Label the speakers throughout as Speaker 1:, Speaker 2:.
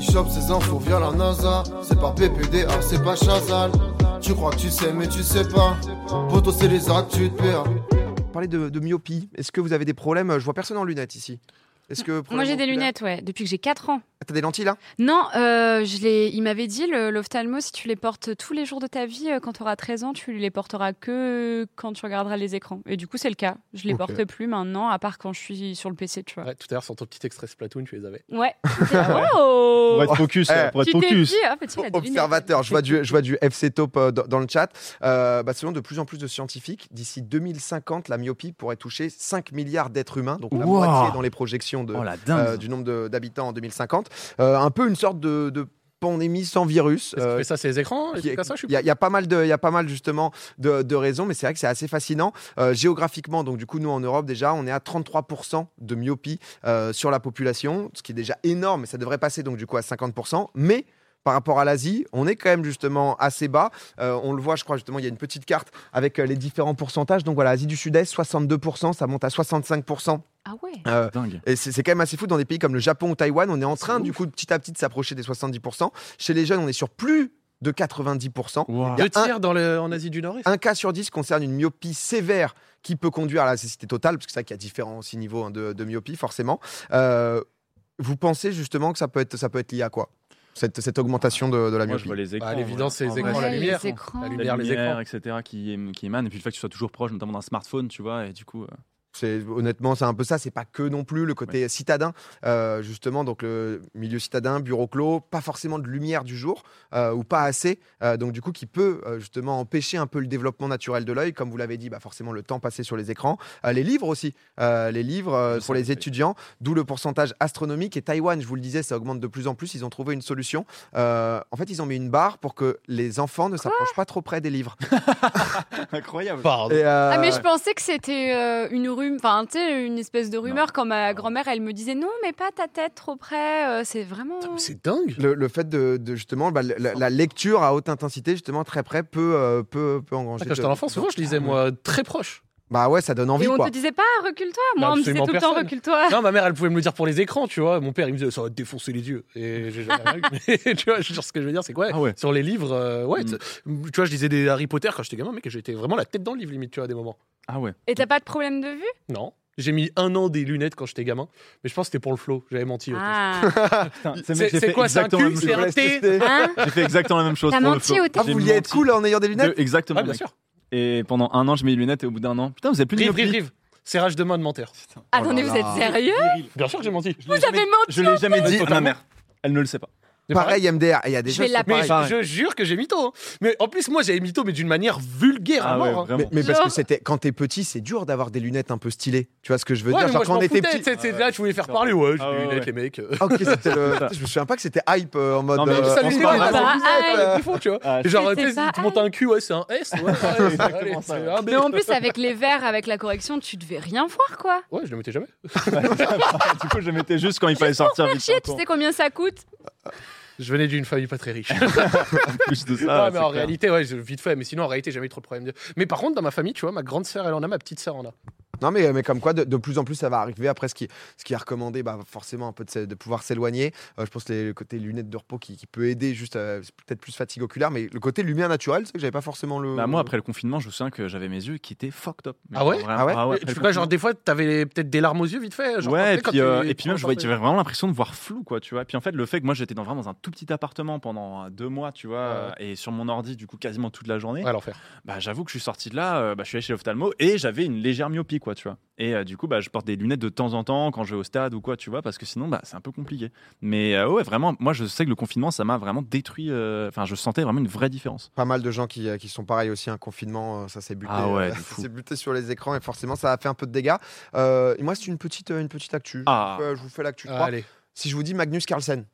Speaker 1: chope ces infos via la NASA. C'est pas PPDA, c'est pas Chazal. Tu crois que tu sais, mais tu sais pas. Poto, c'est les actes, tu te perds.
Speaker 2: Parler de, de myopie, est-ce que vous avez des problèmes Je vois personne en lunettes ici. Est-ce que
Speaker 3: Moi,
Speaker 2: problème
Speaker 3: j'ai des
Speaker 2: oculaire
Speaker 3: lunettes, ouais, depuis que j'ai 4 ans.
Speaker 2: Ah, T'as des lentilles là
Speaker 3: Non, euh, je l'ai- il m'avait dit, le- l'ophtalmo, si tu les portes tous les jours de ta vie, euh, quand tu auras 13 ans, tu les porteras que euh, quand tu regarderas les écrans. Et du coup, c'est le cas. Je les
Speaker 2: Ok.
Speaker 3: porte plus maintenant, à part quand je suis sur le PC, tu vois.
Speaker 4: Ouais, tout à l'heure, sur ton petit extrait Splatoon, tu les avais.
Speaker 3: Ouais. Oh
Speaker 5: Pour être focus,
Speaker 2: Eh,
Speaker 5: là, pour être
Speaker 3: Tu t'es dit,
Speaker 5: focus.
Speaker 3: ah, bah, tu l'as deviné.
Speaker 2: Observateur, je vois du, je vois du FC Top euh, dans, dans le chat. Euh, bah, selon de plus en plus de scientifiques, d'ici 2050, la myopie pourrait toucher 5 milliards d'êtres humains, donc la
Speaker 5: Wow.
Speaker 2: moitié dans les projections de,
Speaker 5: Oh la
Speaker 2: euh,
Speaker 5: dingue.
Speaker 2: du nombre de- d'habitants en 2050. Euh, un peu une sorte de, de pandémie sans virus.
Speaker 4: Qu'est-ce
Speaker 2: euh,
Speaker 4: qui fait ça, c'est les écrans les
Speaker 2: qui-
Speaker 4: trucs comme ça, je suis
Speaker 2: Il y, a- il y a pas mal de, il y a pas mal justement de, de raisons, mais c'est vrai que c'est assez fascinant Euh, géographiquement. Donc du coup, nous en Europe déjà, on est à 33% de myopie euh, sur la population, ce qui est déjà énorme. Et ça devrait passer donc du coup à 50%, mais par rapport à l'Asie, on est quand même justement assez bas. Euh, on le voit, je crois justement, il y a une petite carte avec euh, les différents pourcentages. Donc voilà, Asie du Sud-Est, 62%, ça monte à 65%.
Speaker 3: Ah ouais.
Speaker 2: euh,
Speaker 5: Dingue.
Speaker 2: et c'est c'est quand même assez fou dans des pays comme le Japon ou Taïwan, on est en train du coup de petit à petit de s'approcher des 70%. Chez les jeunes, on est sur plus de 90%.
Speaker 5: Wow.
Speaker 2: il y a
Speaker 4: Deux tiers dans le- en Asie du Nord-Est.
Speaker 2: Un cas sur dix concerne une myopie sévère qui peut conduire à la cécité totale, parce que c'est vrai qu'il y a différents aussi niveaux hein, de, de myopie forcément. Euh, vous pensez justement que ça peut être, ça peut être lié à quoi cette, cette augmentation de, de la
Speaker 5: Moi,
Speaker 2: myopie
Speaker 5: je vois les écrans.
Speaker 4: à l'évidence,
Speaker 5: voilà.
Speaker 4: c'est les
Speaker 5: Ah,
Speaker 4: écrans,
Speaker 5: ouais.
Speaker 4: la lumière.
Speaker 3: les écrans.
Speaker 4: La
Speaker 5: La
Speaker 4: lumière, les écrans.
Speaker 5: lumière, etc., qui, éman- qui émane. Et puis le fait que tu sois toujours proche, notamment d'un smartphone, tu vois. Et du coup, euh,
Speaker 2: C'est honnêtement, c'est un peu ça. C'est pas que non plus le côté citadin, euh, justement. Donc le milieu citadin, bureau clos, pas forcément de lumière du jour euh, ou pas assez. euh, donc du coup, qui peut euh, justement empêcher un peu le développement naturel de l'œil, comme vous l'avez dit. Bah forcément le temps passé sur les écrans, Euh, les livres aussi, euh, les livres euh,
Speaker 5: Je
Speaker 2: pour
Speaker 5: sais,
Speaker 2: les
Speaker 5: oui.
Speaker 2: étudiants. D'où le pourcentage astronomique. Et Taïwan, je vous le disais, ça augmente de plus en plus. Ils ont trouvé une solution. Euh, en fait, ils ont mis une barre pour que les enfants ne s'approchent pas trop près des livres.
Speaker 5: incroyable.
Speaker 4: Pardon.
Speaker 2: Et, euh,
Speaker 3: Ah mais je pensais que c'était euh, une rume, enfin tu sais une espèce de rumeur quand ma grand-mère elle me disait non mais pas ta tête trop près, euh, c'est vraiment.
Speaker 4: Putain, mais C'est dingue.
Speaker 2: Le, le fait de, de, justement bah, la, la- la lecture à haute intensité justement très près peut euh, peut peut engranger.
Speaker 4: Ah, Quand
Speaker 2: de-
Speaker 4: j'étais enfant, souvent, je lisais, moi, très proche.
Speaker 2: Bah ouais, ça donne envie
Speaker 3: Et on
Speaker 2: quoi.
Speaker 3: te disait pas recule-toi, moi
Speaker 4: Non,
Speaker 3: on me disait
Speaker 4: absolument
Speaker 3: tout le temps
Speaker 4: personne.
Speaker 2: Ah.
Speaker 3: recule-toi.
Speaker 4: Non, ma mère, elle pouvait me le dire pour les écrans, tu vois. Mon père, il me disait, ça va te défoncer les yeux. Et j'ai jamais rien eu. Mais, tu vois, genre, ce que je veux dire, c'est quoi
Speaker 5: Ah ouais.
Speaker 4: Sur les livres, euh, ouais.
Speaker 5: Mm.
Speaker 4: t- Tu vois, je lisais des Harry Potter quand j'étais gamin, mec, et j'étais vraiment la tête dans le livre, limite, tu vois, à des moments.
Speaker 5: Ah ouais.
Speaker 3: Et t'as pas de problème de vue
Speaker 4: Non. J'ai mis un an des lunettes quand j'étais gamin, mais je pense que c'était pour le flow. J'avais menti. au test.
Speaker 3: Ah,
Speaker 5: Putain,
Speaker 4: C'est-
Speaker 5: mec, j'ai
Speaker 4: c'est
Speaker 5: fait
Speaker 4: quoi, c'est un
Speaker 5: exactement la
Speaker 4: cul,
Speaker 5: même
Speaker 4: c'est un-
Speaker 5: chose.
Speaker 4: thé.
Speaker 3: hein
Speaker 5: J'ai fait exactement la même chose.
Speaker 3: T'as
Speaker 5: pour le
Speaker 3: menti
Speaker 5: flow.
Speaker 3: au test.
Speaker 2: Ah,
Speaker 5: J'ai
Speaker 2: vous vouliez être
Speaker 5: menti.
Speaker 2: cool en ayant des
Speaker 5: De-
Speaker 2: lunettes
Speaker 5: Exactement.
Speaker 4: Ah, bien
Speaker 5: mec.
Speaker 4: sûr.
Speaker 5: Et pendant un an, je mets les lunettes et au bout d'un an, putain, vous avez plus de
Speaker 4: Rive,
Speaker 5: myopie.
Speaker 4: rive, rive. Serrage de main de menteur.
Speaker 5: Putain.
Speaker 3: Attendez,
Speaker 2: Oh là
Speaker 3: vous êtes
Speaker 2: là.
Speaker 3: sérieux
Speaker 4: Bien sûr que j'ai menti.
Speaker 5: Je l'ai
Speaker 3: Vous avez
Speaker 5: jamais-
Speaker 3: menti
Speaker 5: Je l'ai jamais dit à ma
Speaker 4: Totalement.
Speaker 5: mère. Elle ne le sait pas.
Speaker 4: Mais pareil,
Speaker 2: Pareil MDR, il y a des
Speaker 3: Je
Speaker 2: gens
Speaker 3: vais
Speaker 2: qui
Speaker 3: la-
Speaker 2: sont
Speaker 4: Mais
Speaker 2: pareils.
Speaker 4: je, je jure que j'ai mytho. hein. Mais en plus, moi, j'avais mytho, mais d'une manière vulgaire à
Speaker 5: Ah ouais,
Speaker 4: mort. hein.
Speaker 5: vraiment.
Speaker 2: Mais parce que
Speaker 3: Genre-
Speaker 2: c'était quand t'es petit, c'est dur d'avoir des lunettes un peu stylées. Tu vois ce que je veux
Speaker 4: Ouais,
Speaker 2: dire
Speaker 4: mais
Speaker 2: Genre
Speaker 4: moi, je
Speaker 2: quand
Speaker 4: m'en
Speaker 2: on était
Speaker 4: foutais,
Speaker 2: petit.
Speaker 4: tu sais, tu sais, là, je voulais faire
Speaker 5: Ah
Speaker 4: parler. Ouais,
Speaker 5: ouais,
Speaker 4: j'ai des
Speaker 5: ouais.
Speaker 4: lunettes, les mecs. euh.
Speaker 2: Ah, ok, c'était le- je me souviens pas que c'était hype euh, en mode.
Speaker 5: Non, mais
Speaker 2: euh,
Speaker 5: ça,
Speaker 2: on
Speaker 5: les
Speaker 2: se
Speaker 5: lunettes,
Speaker 2: parle.
Speaker 3: elles sont-
Speaker 4: Ah, ils font, tu vois.
Speaker 5: Ah,
Speaker 4: Et Genre,
Speaker 3: c'est
Speaker 4: tu sais,
Speaker 3: pas
Speaker 4: si tu montes un cul, ouais, c'est un S. Ouais, ouais,
Speaker 5: exactement
Speaker 4: allez,
Speaker 5: ça,
Speaker 4: c'est
Speaker 5: ouais.
Speaker 4: un B.
Speaker 3: Mais en plus avec les verres, avec la correction, tu devais rien voir quoi.
Speaker 4: Ouais, je le mettais jamais.
Speaker 5: du coup, je mettais juste quand il fallait sortir. vite hein.
Speaker 3: Chier,
Speaker 5: en
Speaker 3: tu
Speaker 5: cours.
Speaker 3: sais combien ça coûte
Speaker 4: Je venais d'une famille pas très riche.
Speaker 5: Plus de
Speaker 4: Ah,
Speaker 5: ça.
Speaker 4: mais
Speaker 5: Ah, c'est
Speaker 4: en
Speaker 5: clair.
Speaker 4: réalité, ouais, je- vite fait. Mais sinon, en réalité, j'ai jamais eu trop de problèmes. de- Mais par contre, dans ma famille, tu vois, ma grande sœur, elle en a, ma petite sœur en a.
Speaker 2: Non, mais, mais comme quoi, de, de plus en plus, ça va arriver. Après, ce qui, ce qui est recommandé, bah, forcément, un peu de, se- de pouvoir s'éloigner. Euh, je pense que les- le côté lunettes de repos qui, qui peut aider, juste euh, c'est peut-être plus fatigue oculaire, mais le côté lumière naturelle, c'est que j'avais pas forcément le.
Speaker 5: Bah, moi, après le confinement, je me souviens que j'avais mes yeux qui étaient fucked up. Mais
Speaker 4: Ah ouais
Speaker 5: vraiment,
Speaker 2: Ah ouais
Speaker 4: Mais
Speaker 5: après
Speaker 4: tu
Speaker 5: le
Speaker 4: fais quoi, genre,
Speaker 5: confinement.
Speaker 4: des fois, t'avais peut-être des larmes aux yeux, vite fait. genre,
Speaker 5: ouais,
Speaker 4: après,
Speaker 5: et
Speaker 4: quand
Speaker 5: puis, euh,
Speaker 4: tu-
Speaker 5: et puis même, je
Speaker 4: quand
Speaker 5: voyais-
Speaker 4: t'as-
Speaker 5: j'avais vraiment l'impression de voir flou, quoi, tu vois. Puis en fait, le fait que moi, j'étais dans, vraiment dans un tout petit appartement pendant euh, deux mois, tu vois,
Speaker 4: Ah Ouais,
Speaker 5: euh, et sur mon ordi, du coup, quasiment toute la journée,
Speaker 4: Ouais, Ah, l'enfer.
Speaker 5: bah, j'avoue que je suis sorti de là, euh, bah, je suis allé chez l'ophtalmo et j'avais une légère myopie, quoi, tu vois. Et euh, du coup, bah, je porte des lunettes de temps en temps quand je vais au stade ou quoi, tu vois, parce que sinon, bah, c'est un peu compliqué. Mais euh, ouais, vraiment, moi, je sais que le confinement, ça m'a vraiment détruit. euh, Enfin, je sentais vraiment une vraie différence.
Speaker 2: pas mal de gens qui, euh, qui sont pareils aussi, un confinement, euh, ça s'est buté,
Speaker 5: Ah ouais,
Speaker 2: euh,
Speaker 5: de
Speaker 2: ça
Speaker 5: fou.
Speaker 2: s'est buté sur les écrans et forcément ça a fait un peu de dégâts. Euh, et moi, c'est une petite, euh, une petite actu. Je
Speaker 5: Ah.
Speaker 2: vous fais- je vous fais l'actu 3.
Speaker 4: Allez,
Speaker 2: Si je vous dis Magnus Carlsen,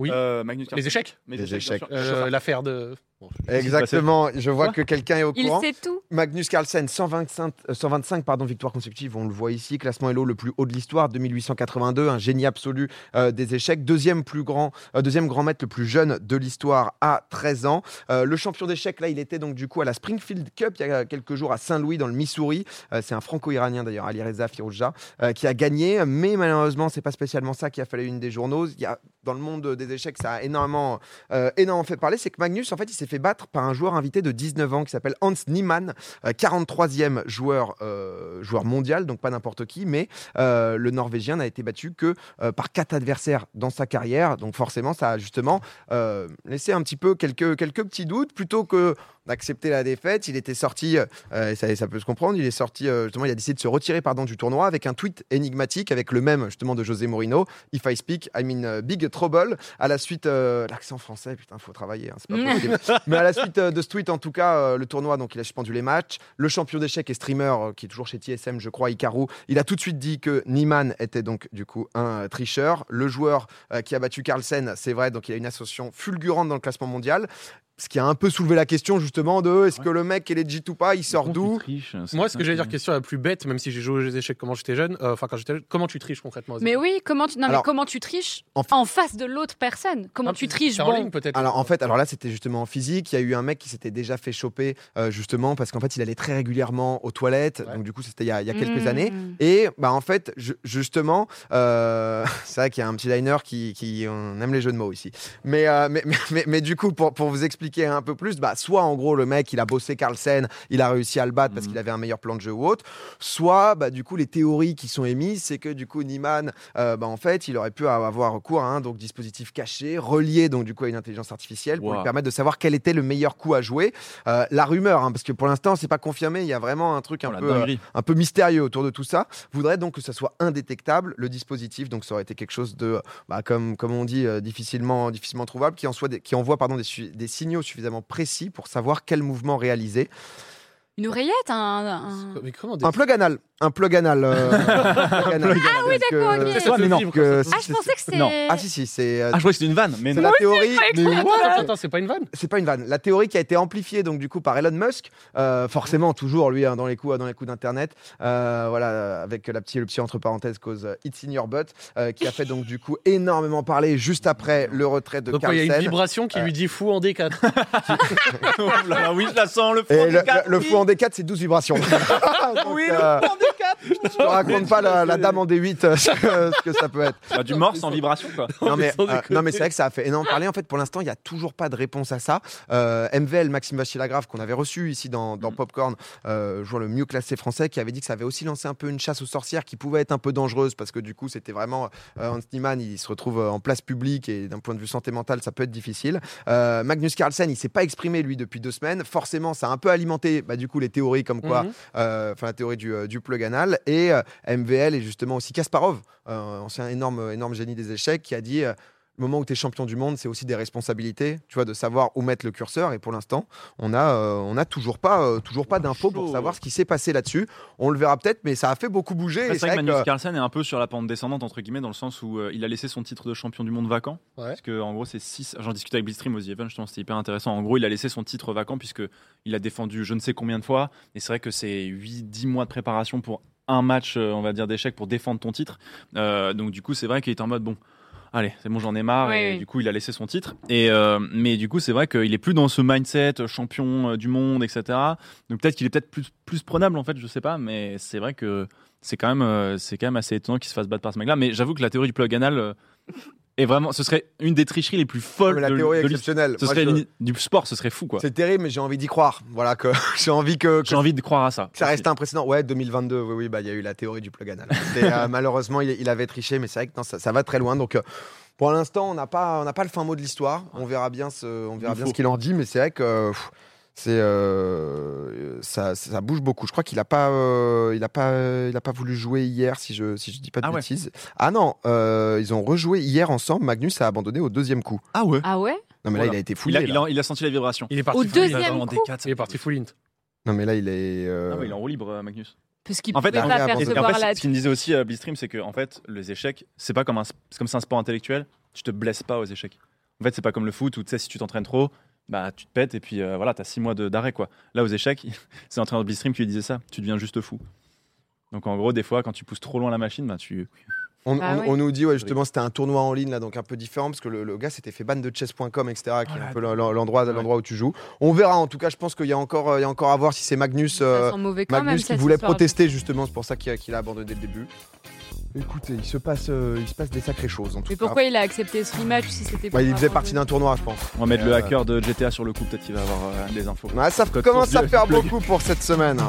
Speaker 4: Oui.
Speaker 5: Euh, Magnus Carlsen.
Speaker 4: Ah, les échec
Speaker 5: Mes
Speaker 2: Les
Speaker 5: échecs, bien
Speaker 2: échecs.
Speaker 5: sûr.
Speaker 4: Euh, l'affaire de.
Speaker 2: Exactement, je vois
Speaker 5: Quoi
Speaker 2: que quelqu'un est au
Speaker 3: Il
Speaker 2: courant.
Speaker 3: sait tout.
Speaker 2: Magnus Carlsen, 125, euh, 125 pardon, victoires consécutives, on le voit ici, classement Elo le plus haut de l'histoire, 2882, un génie absolu euh, des échecs, deuxième plus grand, euh, deuxième grand maître le plus jeune de l'histoire à 13 ans. Euh, le champion d'échecs, là, il était donc du coup à la Springfield Cup il y a quelques jours à Saint-Louis dans le Missouri. Euh, c'est un franco-iranien d'ailleurs, Alireza Firouzja, euh, qui a gagné, mais malheureusement, c'est pas spécialement ça qui a fallu une des journaux. Il y a, dans le monde des échecs, ça a énormément, euh, énormément fait parler. C'est que Magnus, en fait, il s'est fait battre par un joueur invité de 19 ans qui s'appelle Hans Niemann, euh, 43e joueur, euh, joueur mondial, donc pas n'importe qui, mais euh, le Norvégien n'a été battu que euh, par quatre adversaires dans sa carrière. Donc forcément, ça a justement euh, laissé un petit peu quelques, quelques petits doutes. Plutôt que d'accepter la défaite, il était sorti, euh, et ça, et ça peut se comprendre, il est sorti, euh, justement, il a décidé de se retirer pardon, du tournoi avec un tweet énigmatique, avec le même justement de José Mourinho, If I speak, I'm in euh, big trouble. À la suite, euh, l'accent français, putain, faut travailler, hein, c'est pas possible. Mais à la suite euh, de ce tweet, en tout cas, euh, le tournoi, donc il a suspendu les matchs. Le champion d'échecs et streamer, euh, qui est toujours chez TSM, je crois, Icarou, il a tout de suite dit que Niemann était donc du coup un euh, tricheur. Le joueur euh, qui a battu Carlsen, c'est vrai, donc il a une association fulgurante dans le classement mondial. Ce qui a un peu soulevé la question justement de est-ce que le mec est legit ou pas, il sort d'où
Speaker 4: Moi, ce que j'allais dire, question la plus bête, même si j'ai joué aux échecs quand j'étais jeune, euh, enfin quand j'étais jeune, comment tu triches concrètement aux
Speaker 3: Mais
Speaker 4: échecs
Speaker 3: oui, comment tu, non,
Speaker 2: Alors-
Speaker 3: mais comment tu triches
Speaker 2: En
Speaker 3: en,
Speaker 2: f-
Speaker 3: face de l'autre personne Comment
Speaker 4: Ah,
Speaker 3: tu triches
Speaker 4: c'est en
Speaker 3: bon.
Speaker 4: ligne peut-être.
Speaker 2: Alors en fait, alors là c'était justement en physique. Il y a eu un mec qui s'était déjà fait choper euh, justement parce qu'en fait il allait très régulièrement aux toilettes.
Speaker 4: Ouais.
Speaker 2: Donc du coup c'était il y a- il y a quelques
Speaker 3: Mmh.
Speaker 2: années. Et bah, en fait, ju- justement, euh, c'est vrai qu'il y a un petit liner qui, qui- On aime les jeux de mots ici. Mais, euh, mais, mais, mais- mais du coup, pour, pour vous expliquer un peu plus, bah, soit en gros, le mec, il a bossé Carlsen, il a réussi à le battre parce
Speaker 5: Mhm.
Speaker 2: qu'il avait un meilleur plan de jeu ou autre. Soit, bah, du coup, les théories qui sont émises, c'est que du coup, Niemann, euh, bah, en fait, il aurait pu avoir recours à un donc, dispositif caché, relié donc, du coup, à une intelligence artificielle pour
Speaker 5: Wow.
Speaker 2: lui permettre de savoir quel était le meilleur coup à jouer. Euh, la rumeur, hein, parce que pour l'instant, c'est pas confirmé, il y a vraiment un
Speaker 5: Oh,
Speaker 2: truc un peu. euh, un peu mystérieux autour de tout ça, voudrait donc que ça soit indétectable, le dispositif, donc ça aurait été quelque chose de, euh, bah, comme, comme on dit, euh, difficilement, difficilement trouvable, qui, en soit des- qui envoie pardon, des, su- des signaux suffisamment précis pour savoir quel mouvement réaliser.
Speaker 3: Une oreillette, un- un- Ah,
Speaker 4: Mais comment
Speaker 2: Un plug anal Un plug anal euh, Ah oui,
Speaker 3: d'accord, ok.
Speaker 5: Toi, mais non.
Speaker 3: Ah, je pensais que c'était.
Speaker 5: Non.
Speaker 2: Ah si, si, c'est... euh,
Speaker 5: Ah, je croyais que c'était une vanne, mais
Speaker 2: c'est
Speaker 5: non.
Speaker 2: la théorie,
Speaker 4: Mais what attends, attends, c'est pas une vanne
Speaker 2: c'est pas une vanne. La théorie qui a été amplifiée donc du coup par Elon Musk, euh, forcément toujours lui hein, dans les coups dans les coups d'internet, euh, voilà euh, avec la petite le petit entre parenthèses cause euh, it's in your butt euh, qui a fait donc du coup énormément parler juste après le retrait de
Speaker 4: Donc il y a une
Speaker 2: Carlsen.
Speaker 4: vibration qui lui dit fou en D4.
Speaker 5: Oh là là, oui, je la sens, le fond
Speaker 2: Et
Speaker 5: du
Speaker 2: le,
Speaker 5: cas-
Speaker 2: le- le fou en D4, c'est 12 vibrations. Donc, euh, Je te raconte pas la, la dame en D8, euh, ce que- ce que ça peut être.
Speaker 5: Bah, du morse en vibration, quoi.
Speaker 2: Non mais,
Speaker 4: sans
Speaker 2: euh,
Speaker 4: déconner.
Speaker 2: non, mais c'est vrai que ça a fait énormément parler. En fait, pour l'instant, il n'y a toujours pas de réponse à ça. Euh, MVL, Maxime Vachilagrave, qu'on avait reçu ici dans, dans
Speaker 5: Mm.
Speaker 2: Popcorn, euh, joueur le mieux classé français, qui avait dit que ça avait aussi lancé un peu une chasse aux sorcières qui pouvait être un peu dangereuse parce que du coup, c'était vraiment euh, Hans Niemann, il se retrouve euh, en place publique et d'un point de vue santé mentale, ça peut être difficile. Euh, Magnus Carlsen, il s'est pas exprimé lui depuis deux semaines. Forcément, ça a un peu alimenté bah, du coup les théories comme quoi
Speaker 4: Mhm.
Speaker 2: euh, enfin la théorie du, euh, du plug anal et euh, MVL et justement aussi Kasparov, euh, ancien énorme euh, énorme génie des échecs qui a dit euh, le moment où tu es champion du monde, c'est aussi des responsabilités, tu vois, de savoir où mettre le curseur. Et pour l'instant, on a, euh, on a toujours pas, euh, toujours pas d'infos pour
Speaker 5: Chaud.
Speaker 2: savoir ce qui s'est passé là-dessus. On le verra peut-être, mais ça a fait beaucoup bouger. et
Speaker 5: Après, Bah, C'est vrai que
Speaker 2: euh,
Speaker 5: Magnus Carlsen est un peu sur la pente descendante, entre guillemets, dans le sens où euh, il a laissé son titre de champion du monde vacant.
Speaker 4: Ouais.
Speaker 5: Parce que, en gros, c'est 6. J'en discutais avec Blitzstream aux Even, justement, c'était hyper intéressant. En gros, il a laissé son titre vacant puisque il a défendu je ne sais combien de fois. Et c'est vrai que c'est 8-10 mois de préparation pour un match, euh, on va dire, d'échec pour défendre ton titre. Euh, donc, du coup, c'est vrai qu'il est en mode bon. Allez, c'est bon, j'en ai marre.
Speaker 3: Oui,
Speaker 5: et
Speaker 3: oui.
Speaker 5: du coup, il a laissé son titre. Et euh, mais du coup, c'est vrai qu'il est plus dans ce mindset euh, champion euh, du monde, etc. Donc peut-être qu'il est peut-être plus, plus prenable en fait, je sais pas. Mais c'est vrai que c'est quand même euh, c'est quand même assez étonnant qu'il se fasse battre par ce mec-là. Mais j'avoue que la théorie du plug anal euh, est vraiment, ce serait une des tricheries les plus folles
Speaker 2: mais la
Speaker 5: de,
Speaker 2: théorie est
Speaker 5: de l'histoire.
Speaker 2: exceptionnelle.
Speaker 5: Ce
Speaker 2: Moi,
Speaker 5: serait
Speaker 2: je-
Speaker 5: l'uni- du sport, ce serait fou quoi.
Speaker 2: C'est terrible, mais j'ai envie d'y croire. Voilà que j'ai envie que, que
Speaker 5: J'ai envie de croire à ça.
Speaker 2: Que Ça reste un précédent. Ouais, 2022, oui, oui, bah, il y a eu la théorie du plug anal. C'est, euh, malheureusement, il, il avait triché, mais c'est vrai que non, ça, ça va très loin. Donc, euh, pour l'instant, on n'a pas, on n'a pas le fin mot de l'histoire. On verra bien ce, on verra
Speaker 5: Il
Speaker 2: bien
Speaker 5: faut.
Speaker 2: ce qu'il en dit, mais c'est vrai que euh, pff, c'est, euh, ça, ça bouge beaucoup. Je crois qu'il n'a pas, euh, il a pas, euh, il a pas voulu jouer hier, si je, si je dis pas de
Speaker 5: Ah ouais.
Speaker 2: bêtises. Ah non, euh, ils ont rejoué hier ensemble. Magnus a abandonné au deuxième coup.
Speaker 5: Ah ouais.
Speaker 3: Ah ouais
Speaker 2: Non mais
Speaker 5: Voilà.
Speaker 2: là, il a été
Speaker 5: Il
Speaker 2: fouillé.
Speaker 5: a, il a- il a senti la vibration.
Speaker 4: Il est parti
Speaker 3: Au
Speaker 4: full int.
Speaker 3: deuxième
Speaker 5: Vraiment,
Speaker 3: coup.
Speaker 5: des quatre, ça
Speaker 4: Il est
Speaker 5: peut-
Speaker 4: parti full int.
Speaker 2: Non mais là, il est. euh,
Speaker 5: Ah ouais, il est en roue libre, euh, Magnus.
Speaker 3: Parce qu'il
Speaker 5: En fait,
Speaker 3: pouvait
Speaker 2: après,
Speaker 3: pas
Speaker 2: avant de-
Speaker 5: Et en
Speaker 3: percevoir
Speaker 5: fait,
Speaker 3: la.
Speaker 5: ce qu'il me disait aussi à Blitzstream, c'est que en fait, les échecs, c'est pas comme un, c'est comme c'est un sport intellectuel, tu te blesses pas aux échecs. En fait, c'est pas comme le foot où tu sais si tu t'entraînes trop, bah tu te pètes et puis euh, voilà, t'as six mois de- d'arrêt quoi. Là aux échecs, c'est l'entraîneur de Blistream qui lui disait ça, tu deviens juste fou. Donc en gros, des fois, quand tu pousses trop loin la machine, bah tu.
Speaker 2: On,
Speaker 3: Ah
Speaker 2: on-
Speaker 3: ouais.
Speaker 2: on nous dit ouais, justement c'était un tournoi en ligne là donc un peu différent parce que le, le gars s'était fait ban de chess.com etc qui est un peu l'en- l'en- l'endroit l'endroit où tu joues. On verra en tout cas je pense qu'il y a encore euh, il y a encore à voir si c'est Magnus euh,
Speaker 3: ça sent mauvais quand même.
Speaker 2: Magnus qui
Speaker 3: cette
Speaker 2: voulait
Speaker 3: histoire.
Speaker 2: protester justement c'est pour ça qu'il a, qu'il a abandonné dès le début. Écoutez il se passe euh, il se passe des sacrées choses en tout
Speaker 3: Mais
Speaker 2: cas.
Speaker 3: pourquoi il a accepté ce rematch si c'était pas
Speaker 2: Ouais, il
Speaker 3: pour
Speaker 2: faisait
Speaker 3: avoir
Speaker 2: partie
Speaker 3: de-
Speaker 2: d'un tournoi je pense.
Speaker 5: On va mettre
Speaker 2: Euh,
Speaker 5: le hacker de GTA sur le coup, peut-être qu'il va avoir euh, des infos.
Speaker 2: Ouais, ça
Speaker 5: Code
Speaker 2: commence
Speaker 5: source
Speaker 2: à
Speaker 5: bio-
Speaker 2: faire
Speaker 5: plug.
Speaker 2: beaucoup pour cette semaine.